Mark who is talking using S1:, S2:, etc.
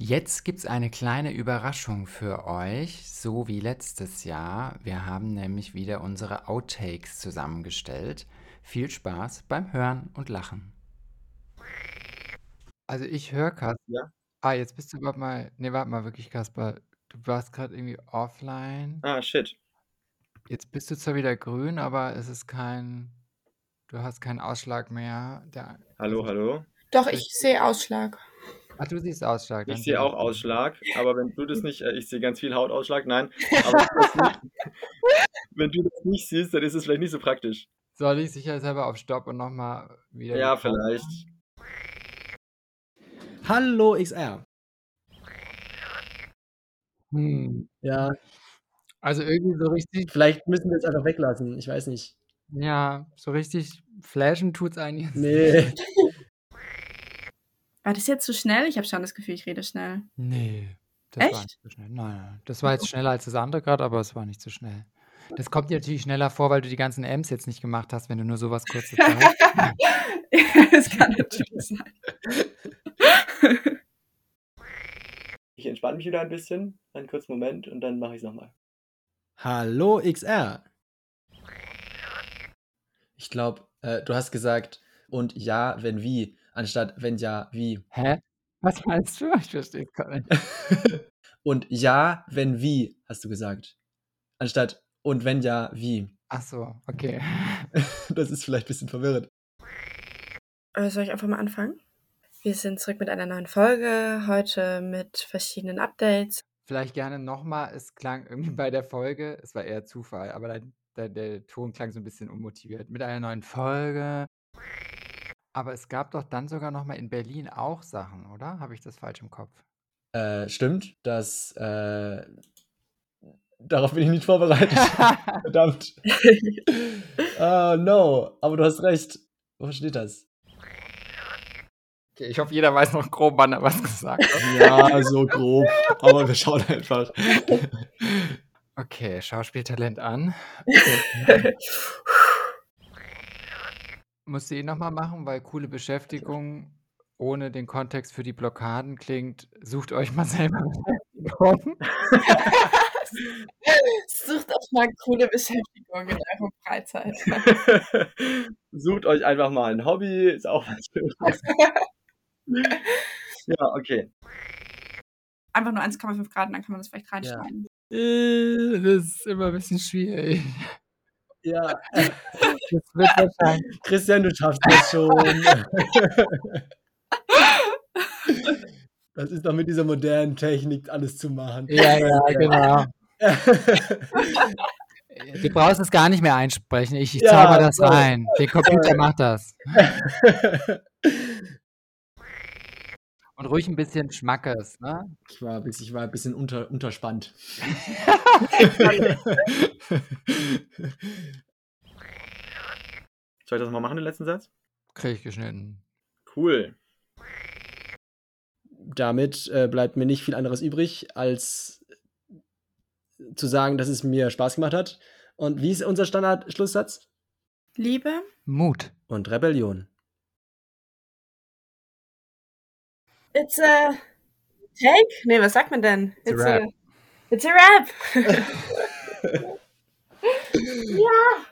S1: Jetzt gibt's eine kleine Überraschung für euch, so wie letztes Jahr. Wir haben nämlich wieder unsere Outtakes zusammengestellt. Viel Spaß beim Hören und Lachen. Also, ich höre Kasper. Ah, jetzt bist du grad mal ne, warte mal wirklich, Kasper. Du warst grad irgendwie offline.
S2: Ah, shit.
S1: Jetzt bist du zwar wieder grün, aber es ist kein du hast keinen Ausschlag mehr. Der
S2: Hallo,
S1: also,
S2: hallo?
S3: Doch,
S1: durch
S3: ich sehe Ausschlag.
S1: Ah, du siehst Ausschlag,
S2: Ich
S1: dann bin
S2: sehe
S1: ich
S2: auch
S1: dran.
S2: Ausschlag, aber wenn du das nicht äh, ich sehe ganz viel Hautausschlag. Nein, aber wenn du das nicht wenn du das nicht siehst, dann ist es vielleicht nicht so praktisch.
S1: Soll ich sicherheitshalber auf Stopp und noch mal wieder
S2: Ja,
S1: Rekord
S2: vielleicht.
S1: machen?
S4: Hallo XR.
S1: Hm.
S4: Ja.
S1: Also, irgendwie so richtig
S4: Vielleicht müssen wir es einfach weglassen, ich weiß nicht.
S1: Ja, so richtig flashen tut's einen jetzt
S4: Ne.
S1: nicht.
S3: War Ah, das jetzt zu schnell? Ich habe schon das Gefühl, ich rede schnell.
S1: Ne, das war
S3: Echt?
S1: nicht so schnell. Nein, nein. Das war jetzt schneller als das andere grad, aber es war nicht so schnell. Das kommt dir natürlich schneller vor, weil du die ganzen Ms jetzt nicht gemacht hast, wenn du nur so was kurze Zeit
S3: Ja, das kann natürlich sein.
S2: Ich entspanne mich wieder ein bisschen, einen kurzen Moment und dann mache ich's noch mal.
S4: Hallo XR. Ich glaube, äh, du hast gesagt: „Und ja, wenn wie“, anstatt „wenn ja, wie“.
S1: Hä? Was meinst du? Ich versteh's grad nicht.
S4: „Und ja, wenn wie“, hast du gesagt, anstatt „und wenn ja, wie“.
S1: Ach so, okay.
S4: Das ist vielleicht bisschen verwirrend.
S3: Äh, soll ich einfach mal anfangen? Wir sind zurück mit einer neuen Folge, heute mit verschiedenen Updates.
S1: Vielleicht gerne noch mal es klang irgendwie bei der Folge es war eher Zufall, aber dein dein der Ton klang so 'n bisschen unmotiviert. Mit einer neuen Folge. Aber es gab doch dann sogar noch mal in Berlin auch Sachen, oder? Habe ich das falsch im Kopf?
S4: Äh, stimmt, das, äh darauf bin ich nicht vorbereitet. Verdammt. Oh no, aber du hast recht. Wo steht das?
S1: Okay, ich hoffe, jeder weiß noch grob, wann er was gesagt hat.
S4: Ja, so grob, aber wir schauen einfach.
S1: Okay, Schauspieltalent an. Musst du eh noch mal machen, weil coole Beschäftigung ohne den Kontext für die Blockaden klingt: Sucht euch mal selber Beschäftigung.
S3: Sucht euch mal coole Beschäftigung in eurer Freizeit.
S2: Sucht euch einfach mal 'n Hobby, ist auch was Schönes. Ja, okay.
S3: Einfach nur 1,5 C und dann kann man das vielleicht
S4: Ja.
S3: reinschneiden.
S1: Äh, das ist immer 'n bisschen schwierig.
S4: Ja.
S1: Das wird wahrscheinlich
S4: Christian, du schaffst das schon. Das ist doch mit dieser modernen Technik alles zu machen.
S1: Ja, ja, genau. Äh, du brauchst es gar nicht mehr einsprechen. Ich ich zauber
S4: Ja,
S1: das
S4: toll,
S1: rein. Der Computer
S4: toll,
S1: macht das.
S4: toll.
S1: Und ruhig 'n bisschen Schmackes, ne?
S4: Ich war bis ich war bisschen unter unterspannt.
S2: Soll ich das noch mal machen, den letzten Satz?
S1: Kriege ich geschnitten.
S2: Cool.
S4: Damit, äh, bleibt mir nicht viel anderes übrig, als zu sagen, dass es mir Spaß gemacht hat. Und wie ist unser Standardschlusssatz?
S3: Liebe
S1: Mut.
S4: Und Rebellion.
S3: It's a take? Ne, was sagt man denn?
S1: It's a
S3: It's a
S1: wrap.
S3: it's a wrap. Ja.